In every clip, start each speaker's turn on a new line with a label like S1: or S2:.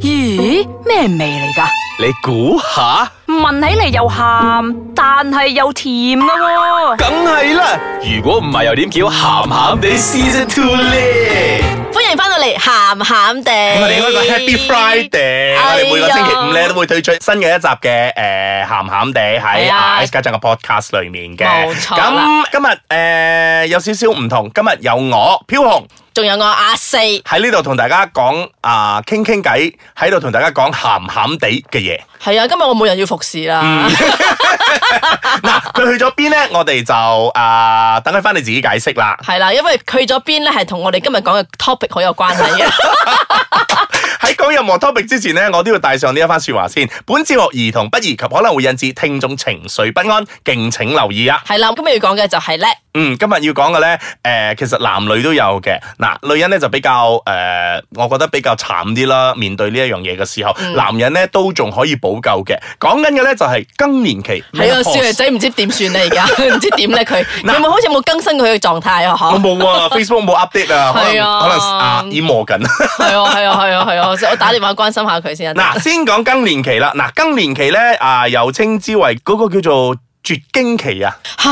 S1: 咦，咩味嚟噶？
S2: 你估下，
S1: 聞起嚟又鹹，但係又甜噶喎、
S2: 梗係啦！如果唔係又點叫鹹鹹地 Season Two 咧？
S3: 歡迎翻到嚟，鹹鹹地。
S4: 我哋應啊該個 Happy Friday，我
S3: 哎呀
S4: 哋每個星期五咧都會推出新嘅一集嘅誒鹹鹹地喺
S3: 係啊
S4: Ice 家長嘅 podcast 裏面嘅。
S3: 冇錯啦
S4: 咁今日誒、呃有少少唔同，今日有我飄紅
S3: 仲有我阿四，係
S4: 喺呢度同大家講啊傾傾偈，喺度同大家講鹹鹹地嘅嘢。
S3: 啊，今日我每人要服侍
S4: 嗯
S3: 啦。
S4: 嗱，佢去咗邊咧？我哋就啊、等佢翻你自己解釋啦。
S3: 係啦，因為去咗邊咧，係同我哋今日講嘅 topic 好有關係嘅。
S4: 喺講任何 topic 之前呢，我都要帶上呢一番説話先。本節目兒童不宜及可能會引致聽眾情緒不安，敬請留意啊！
S3: 係啦，今日要講嘅就係咧，
S4: 嗯，今日要講嘅呢，誒、其實男女都有嘅。嗱、女人呢就比較誒、我覺得比較慘啲啦。面對呢一樣嘢嘅時候，
S3: 嗯
S4: 男人呢都仲可以補救嘅。講緊嘅呢就係、更年期。
S3: 係啊，少女仔唔知點算咧，而家 唔知點咧佢，有冇好似冇更新佢嘅狀態啊？
S4: 我
S3: 嗬，
S4: 冇啊，Facebook 冇 update 啊，可
S3: 係
S4: 能、
S3: 啊
S4: 可能啊淹沒緊。
S3: 係啊，係啊，係啊，係啊，所以我打電話關心下佢先啊。
S4: 嗱，先講更年期啦。嗱，更年期呢，啊，又稱之為嗰個叫做絕經期啊。
S3: 吓，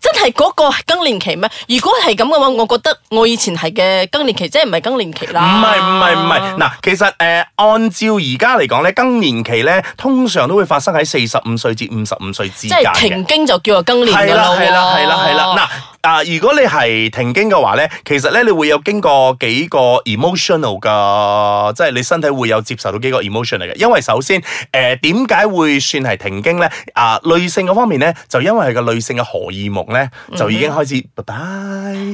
S3: 真係嗰個更年期咩？如果係咁嘅話，我覺得我以前係嘅更年期，即係唔係更年期
S4: 唔
S3: 啦。
S4: 係唔係唔係，嗱，其實誒、呃按照而家嚟講咧，更年期咧通常都會發生喺四十五歲至五十五歲之
S3: 即
S4: 間
S3: 係
S4: 嘅
S3: 停。經就叫做更年㗎
S4: 啦
S3: 咯喎
S4: 係啦係啦係啦，嗱。啊！如果你係停經嘅話咧，其實咧你會有經過幾個 emotional 噶，即係你身體會有接受到幾個 emotion 嚟嘅。因為首先，誒點解會算係停經咧？啊、女性嗰方面咧，就因為佢個女性嘅荷爾蒙咧，就已經
S3: 嗯
S4: 開始拜拜。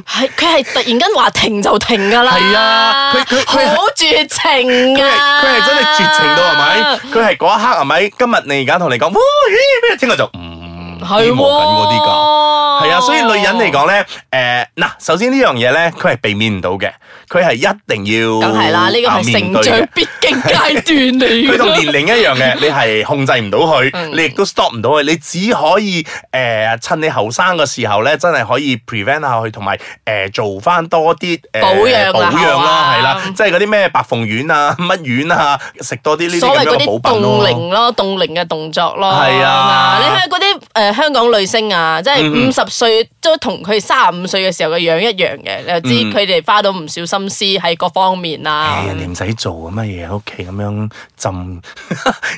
S3: 係佢係突然間話停就停㗎啦，
S4: 係啊佢佢佢係
S3: 好絕情
S4: 佢係
S3: 啊！
S4: 佢係真係絕情到係咪？佢係嗰一刻係咪？今日你而家同你講，哇咦咩？聽日就唔嗯
S3: 係喎，
S4: 緊嗰啲㗎。
S3: 哦
S4: 係啊，所以女人嚟講咧，誒、嗱，首先呢樣嘢咧，佢係避免唔到嘅，佢係一定要
S3: 梗係啦，呢個
S4: 啊
S3: 係
S4: 面
S3: 成
S4: 對嘅
S3: 長必經階段嚟 㗎。
S4: 佢同年齡一樣嘅，你係控制唔到
S3: 嗯
S4: 佢，你亦都 stop 唔到佢，你只可以誒、呃趁你後生嘅時候咧，真係可以 prevent 下佢，同埋誒做翻多啲誒、呃
S3: 保養啊
S4: 保養啦，係
S3: 係
S4: 啦
S3: 嘛，
S4: 即係嗰啲咩白鳳丸啊、乜丸啊，食多啲呢啲
S3: 所
S4: 咁
S3: 謂
S4: 樣
S3: 嗰
S4: 嘅
S3: 啲
S4: 補品
S3: 動
S4: 咯。
S3: 靈咯，動靈嘅動作咯，
S4: 係啊嗯
S3: 你睇下嗰啲誒香港女星啊，即係五十歲都同佢三十五歲嘅時候嘅樣一樣嘅，你就知佢哋花到唔少心思喺各方面啦
S4: 唉。人哎哋唔使做嗯啊，乜嘢喺屋企咁樣 浸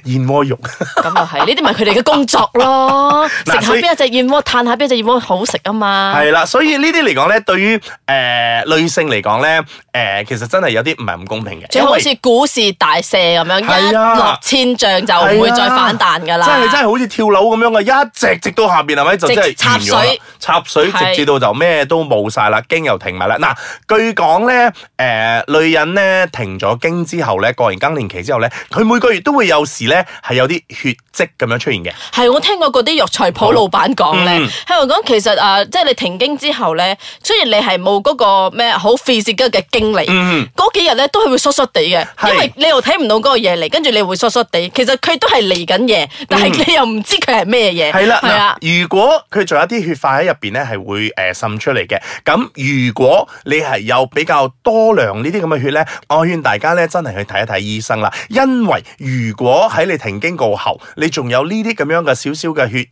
S4: 燕窩肉。
S3: 咁又係，呢啲咪佢哋嘅工作咯。食
S4: 嗱
S3: 下
S4: 所以
S3: 邊一隻燕窩，嘆下邊一隻燕窩好食啊嘛。
S4: 係啦，所以呢啲嚟講咧，對於誒、呃女性嚟講咧，誒、其實真係有啲唔係咁公平嘅，
S3: 最
S4: 因
S3: 好
S4: 為
S3: 似股市大瀉咁樣，一
S4: 係啊
S3: 落千丈就唔會再反彈噶啦。
S4: 真係真係好似跳樓咁樣嘅，一直直到下邊係咪就
S3: 直
S4: 真係
S3: 插
S4: 完咗啦
S3: 水
S4: 插水
S3: 係
S4: 直至到就咩都冇晒啦，經又停埋啦。嗱，據講咧，誒、女人咧停咗經之後咧，過完更年期之後咧，佢每個月都會有時咧係有啲血跡咁樣出現嘅。
S3: 係我聽過嗰啲藥材鋪老闆講咧
S4: 嗯，
S3: 喺度講其實啊，呃即係你停經之後咧，雖然你係冇嗰個咩好 physical 嘅經歷，
S4: 嗯
S3: 嗰幾日咧都係會疏疏地嘅，
S4: 係
S3: 因為你又睇唔到嗰個嘢嚟，跟住你會疏疏地。其實佢都係嚟緊嘢，但係你又唔知佢係咩嘢。
S4: 嗯係啦，
S3: 係啊，
S4: 嗱，如果佢仲有啲血塊喺入邊咧，係會誒滲出嚟嘅。咁如果你係有比較多量呢啲咁嘅血咧，我勸大家咧真係去睇一睇醫生啦。因為如果喺你停經過後，你仲有呢啲咁樣嘅少少嘅血。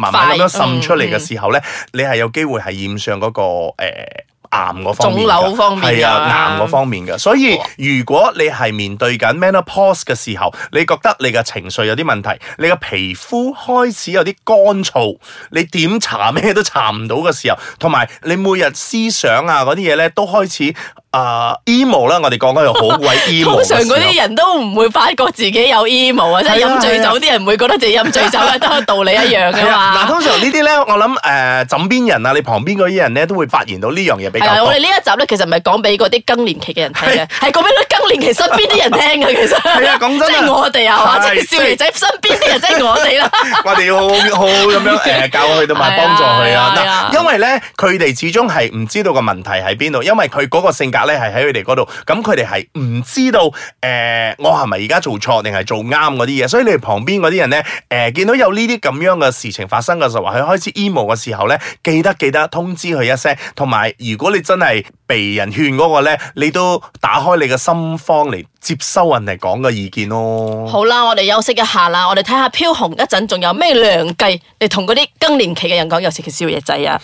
S4: 慢慢咁樣滲出嚟嘅時
S3: 嗯
S4: 候咧，你係有機會係染上嗰、個、呃、癌嗰方面㗎，
S3: 腫瘤方面㗎
S4: 係啊，癌嗰方面嘅。所以如果你係面對緊 menopause 嘅時候，你覺得你嘅情緒有啲問題，你嘅皮膚開始有啲乾燥，你點搽咩都搽唔到嘅時候，同埋你每日思想啊嗰啲嘢咧都開始啊、emo 啦，我哋講緊又好 鬼 emo 啊嘅
S3: 通
S4: 時
S3: 常
S4: 候
S3: 嗰啲人啊都唔會發覺自己有 emo 啊，即係
S4: 係啊
S3: 飲醉酒
S4: 係啊
S3: 啲人唔會覺得自己飲醉酒啊，都係道理一樣
S4: 係
S3: 噶
S4: 啊嗱，
S3: 嘛。
S4: 通常呢啲咧，我諗誒、呃枕邊人啊，你旁邊嗰啲人咧，都會發現到呢樣嘢比
S3: 係
S4: 較
S3: 啊，我
S4: 多
S3: 哋。呢一集咧，其實唔係講俾嗰啲更年期嘅人睇嘅，係講俾啲更年期身邊啲人聽嘅。 其實係
S4: 啊講真啊
S3: 即係我哋啊，或者
S4: 係
S3: 少爺仔身邊啲人，即係我哋啦。
S4: 我哋要好好好好咁樣 誒教佢同埋幫助佢
S3: 係啊係啊
S4: 啊。嗱，因為咧佢哋始終係唔知道個問題喺邊度，因為佢嗰個性格格咧係喺佢哋嗰度，咁佢哋係唔知道诶、呃我係咪而家做錯定係做啱嗰啲嘢，所以你哋旁邊嗰啲人咧，诶、見到有呢啲咁樣嘅事情發生嘅時候，話佢開始 emo 嘅時候咧，記得記得通知佢一聲，同埋如果你真係被人勸嗰個咧，你都打開你嘅心房嚟接收人哋講嘅意見咯。
S3: 好啦，我哋休息一下啦，我哋睇下飄紅一陣仲有咩良計嚟同嗰啲更年期嘅人講，尤其是少爺仔 啊！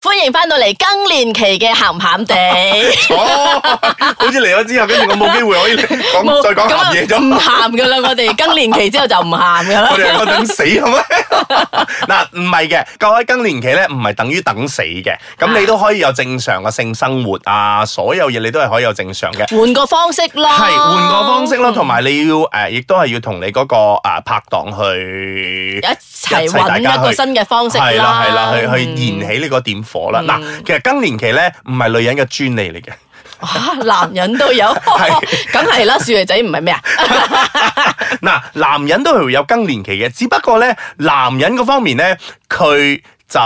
S3: 歡迎翻到嚟更年期嘅鹹鹹地。
S4: 哦，好似嚟咗之後，跟住我冇機會可以講
S3: 冇
S4: 再講
S3: 咁
S4: 鹹
S3: 啊
S4: 嘢咗。
S3: 唔喊噶啦，我哋更年期之後就唔喊噶啦
S4: 我。哋係等死係咪？ 嗱，唔係嘅，各位更年期咧，唔係等於等死嘅。咁你都可以有正常嘅性生活啊，所有嘢你都係可以有正常嘅。
S3: 換個方式咯，
S4: 係換個方式咯，同埋你要誒，亦都係要同你嗰個誒拍檔去
S3: 一齊
S4: 大
S3: 揾
S4: 家
S3: 一個
S4: 去
S3: 新嘅方式啦，
S4: 係啦係啦，去去
S3: 嗯
S4: 燃起呢個點火啦。嗱，其實更年期咧唔係女人嘅專利嚟嘅。
S3: 哇啊男人都有，
S4: 係
S3: 梗係啦，少爺仔唔係咩啊？
S4: 嗱，男人都係會有更年期嘅，只不過咧，男人嗰方面咧，佢。就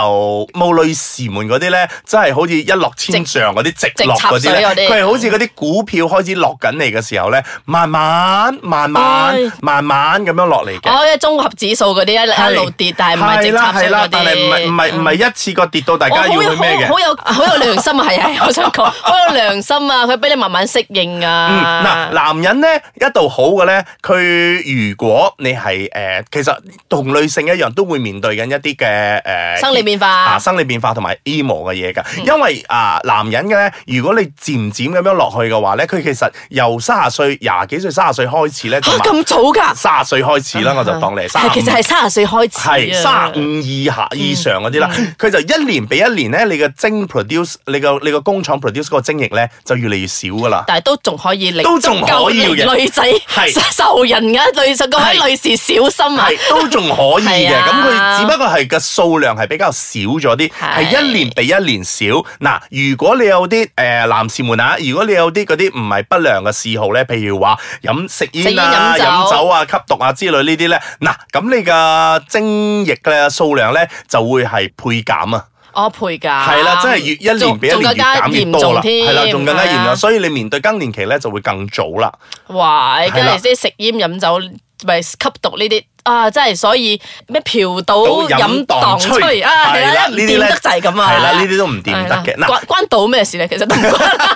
S4: 冇女士們嗰啲咧，真係好似一落千丈嗰啲直落嗰啲
S3: 直插水
S4: 咧
S3: 嗰，啲
S4: 佢係好似嗰啲股票開始落緊嚟嘅時候咧，慢慢、慢慢
S3: 唉、
S4: 慢慢咁樣落嚟嘅。
S3: 哦，一綜合指數嗰啲一一路
S4: 係
S3: 跌，但係唔係
S4: 係
S3: 直
S4: 啦
S3: 插
S4: 係
S3: 水
S4: 啦
S3: 嗰啲，
S4: 但係唔係唔係唔係一次過跌到大
S3: 我
S4: 家
S3: 好
S4: 要去
S3: 有
S4: 咩嘅
S3: 好？有好有良心啊，係係，我 想講好有良心啊，佢俾你慢慢適應
S4: 嗯，
S3: 啊
S4: 嗱，。男人咧一度好嘅咧，佢如果你係誒、呃其實同女性一樣都會面對緊一啲嘅誒
S3: 生理變化嗯
S4: 啊，生理變化同埋 emo 嘅嘢㗎。因為啊，男人嘅咧，如果你漸漸咁樣落去嘅話咧，佢其實由三十歲、廿幾歲、三十歲開始咧，
S3: 嚇
S4: 同埋
S3: 啊咁早㗎？
S4: 三十歲開始啦，我就當你係三
S3: 係其實係三十歲開
S4: 係
S3: 始啊嗯
S4: 三。五以下以上嗰啲啦，佢就一年比一年咧，你嘅精 produce，你個你個工廠 produce 嗰個精液咧就越嚟越少㗎啦。
S3: 但係都仲可以令
S4: 都仲可以嘅
S3: 足夠令女仔
S4: 係
S3: 受人嘅女，各位
S4: 係
S3: 女士小心啊！
S4: 係都仲可以嘅，
S3: 係
S4: 咁佢、
S3: 啊
S4: 只不過係個數量係比較少咗啲，係
S3: 係
S4: 一年比一年少。嗱，如果你有啲誒、呃男士們啊，如果你有啲嗰啲唔係不良嘅嗜好咧，譬如話飲食煙啊、
S3: 食煙飲
S4: 飲
S3: 酒
S4: 酒啊、吸毒啊之類呢啲咧，嗱，咁你嘅精液嘅數量咧就會係倍減啊。
S3: 我陪㗎，
S4: 係啦，真係越一年比一年
S3: 仲更
S4: 越
S3: 加
S4: 減越
S3: 嚴
S4: 多啦，
S3: 重添，
S4: 係啦，仲更加嚴
S3: 係啊
S4: 重，所以你面對更年期咧就會更早啦。
S3: 哇！
S4: 係
S3: 跟
S4: 啦
S3: 住即係食煙飲酒，咪吸毒呢啲啊！真係所以咩嫖賭
S4: 到
S3: 飲
S4: 飲
S3: 蕩
S4: 蕩
S3: 吹
S4: 吹
S3: 啊，係
S4: 係
S3: 啦，
S4: 啦
S3: 唔
S4: 呢啲
S3: 掂
S4: 咧
S3: 得就係咁啊！
S4: 係啦呢啲都唔掂得嘅
S3: 係啦
S4: 嗱
S3: 關關賭咩事咧？其實都唔 關。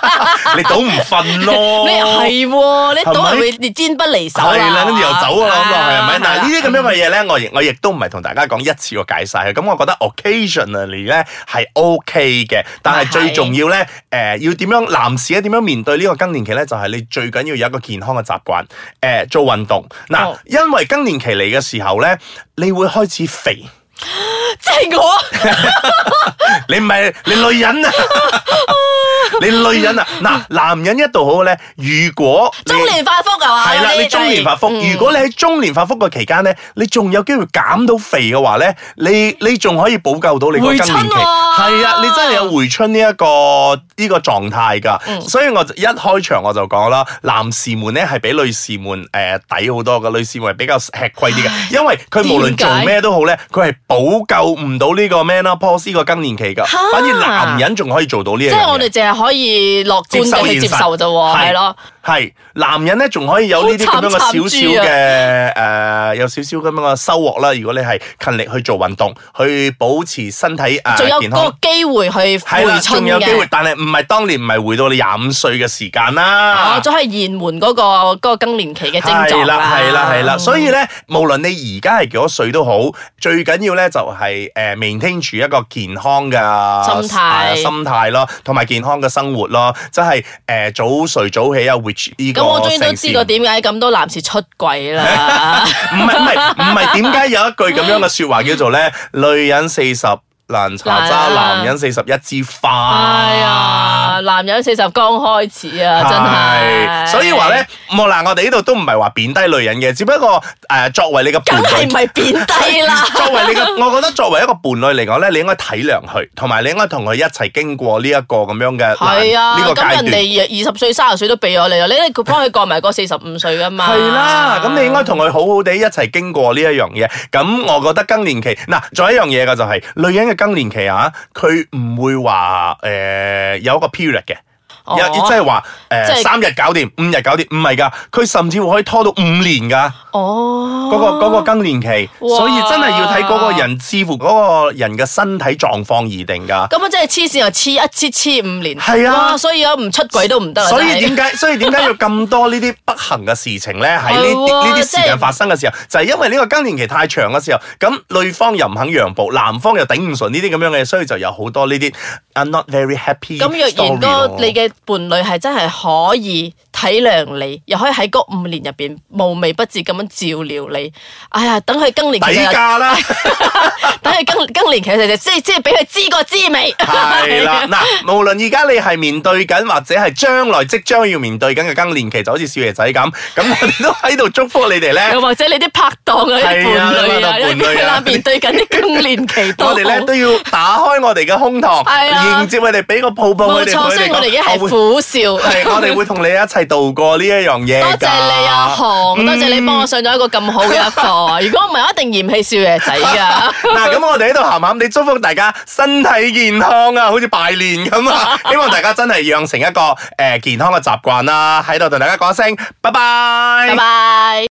S4: 你賭唔瞓咯？
S3: 你係喎，你賭係會連煎不離手
S4: 係啦，
S3: 啦，
S4: 跟住又走啊咁啊，係咪？
S3: 係
S4: 嗱，
S3: 啦
S4: 呢 啲咁樣嘅嘢咧，我亦我亦都唔係同大家講一次過解晒嘅。咁我覺得 occasionally 咧係 OK 嘅，但
S3: 係
S4: 係最重要咧，誒要點樣男士啊咧點樣面對呢個更年期咧，就係你最緊要有一個健康嘅習慣，誒做運動。嗱
S3: 哦，
S4: 因為更年期嚟嘅時候咧，你會開始肥。
S3: 即係我。
S4: 你唔係你女人 啊！你女人啊！嗱，男人一度好咧，如果你
S3: 中年發福係嘛？
S4: 係啦，
S3: 有啲
S4: 你中年發福，
S3: 嗯
S4: 如果你喺中年發福嘅期間咧，你仲有機會減到肥嘅話咧，你你仲可以補救到你個更年期，
S3: 回春喎
S4: 係啊，你真係有回春呢、一個呢、個狀態㗎。
S3: 嗯
S4: 所以我就一開場我就講啦，男士們咧係比女士們誒、呃抵好多嘅，女士們係比較吃虧啲嘅，因為佢無論
S3: 點解
S4: 做咩都好咧，佢係補救唔到呢個 menopause 呢個更年期㗎，
S3: 嚇
S4: 反而男人仲可以做到呢一樣嘢。
S3: 即係我哋淨係可以樂觀地去接受啫喎，係咯。
S4: 系男人咧，仲可以有呢啲咁樣嘅少
S3: 啊
S4: 少嘅誒，有少少咁樣嘅收穫啦。如果你係勤力去做運動，去保持身體啊
S3: 仲有
S4: 健
S3: 嗰
S4: 康
S3: 個，機會去
S4: 係啦
S3: 回，春
S4: 仲有機會
S3: 嘅，，
S4: 但係唔係當年唔係回到你廿五歲嘅時間啦
S3: 哦，。仲係延緩嗰個嗰個更年期嘅症
S4: 係
S3: 狀啊
S4: 啦，係啦，係啦，所
S3: 以
S4: 以咧，無論你而家係幾多歲都好，最緊要咧就係誒 maintain 住一個健康嘅
S3: 心態
S4: 啊心態咯，同埋健康嘅生活咯，即係誒早睡早起啊，which 呢個
S3: 咁我終於都
S4: 城市
S3: 知道
S4: 唔
S3: 點解咁多男士出 軌啦。
S4: 唔係唔係唔係，點解有一句咁樣嘅説話叫做咧？女人四十難查
S3: 難
S4: 渣，
S3: 啊
S4: 男人四十一枝花。
S3: 哎呀，男人四十剛開始啊，真係。
S4: 所以話咧，，冇嗱，我哋呢度都唔係話貶低女人嘅，只不過誒、呃作為你嘅
S3: 梗
S4: 伴
S3: 係唔
S4: 侶。？
S3: 係貶低啦
S4: 作為你嘅，我覺得作為一個伴侶嚟講咧，你應該體諒佢，同埋你應該同佢一齊經過呢一個咁樣嘅難
S3: 係啊
S4: 呢，個
S3: 咁
S4: 階
S3: 人
S4: 段。
S3: 哋二十歲、三十歲都俾咗你啦，你你幫佢過埋嗰四十五歲噶嘛？
S4: 係啦，咁你應該同佢好好地一齊經過呢一樣嘢。咁我覺得更年期嗱，仲有一樣嘢嘅就係、女人嘅更年期啊，佢唔會話誒、呃有一個 period 嘅。
S3: 哦
S4: 一即係話
S3: 即
S4: 誒
S3: 係
S4: 三日搞掂，五日搞掂，唔係㗎，佢甚至乎可以拖到五年㗎。
S3: 哦，
S4: 嗰、個嗰、個更年期，
S3: 哇
S4: 所以真係要睇嗰個人，視乎嗰個人嘅身體狀況而定㗎。
S3: 咁啊，真係黐線又黐一黐黐五年，
S4: 係啊
S3: 哇所以啊唔出軌都唔得啊，
S4: 所以
S3: 真係
S4: 點解？所以點解要咁多呢啲不幸嘅事情 咧？喺呢
S3: 係
S4: 啲
S3: 喎
S4: 呢啲
S3: 即係
S4: 時間發生嘅時候，就係、因為呢個更年期太長嘅時候，咁女方又唔肯讓步，男方又頂唔順呢啲咁樣嘅，所以就有好多呢啲 I'm not very happy
S3: 咁若然
S4: story
S3: 嗰
S4: 咯
S3: 個你嘅伴侶係真係可以體諒你，又可以喺嗰五年入邊無微不至咁樣照料你，哎呀，等佢更年期
S4: 底
S3: 就有
S4: 價啦。
S3: 等佢更更年期就即係即係俾佢知個滋味。
S4: 系啦，嗱，無論而家你係面對緊或者係將來即將要面對緊嘅更年期，就好似少爺仔咁，咁我哋都喺度祝福你哋 咧。
S3: 又或者你啲拍檔啊、啲
S4: 係啊
S3: 伴侶
S4: 你拍
S3: 啊，
S4: 檔
S3: 因為
S4: 伴侶啊
S3: 佢面對緊啲更年期都好
S4: 我哋咧都要打開我哋嘅胸
S3: 係啊
S4: 膛，迎接佢哋，俾個抱抱
S3: 冇
S4: 佢哋。
S3: 錯，雖然我哋已經係苦笑。
S4: 系我哋會同你一齊度過呢一樣嘢
S3: 多
S4: 㗎。
S3: 謝你啊，航，多謝你幫我上咗一個咁好嘅一課。如果唔係，我一定嫌棄少爺仔 㗎。
S4: 嗱，咁我哋喺度鹹鹹地祝福大家身體健康啊，好似拜年咁 啊！希望大家真係養成一個诶、呃健康嘅習慣啦。喺度同大家講聲，拜拜
S3: 拜拜。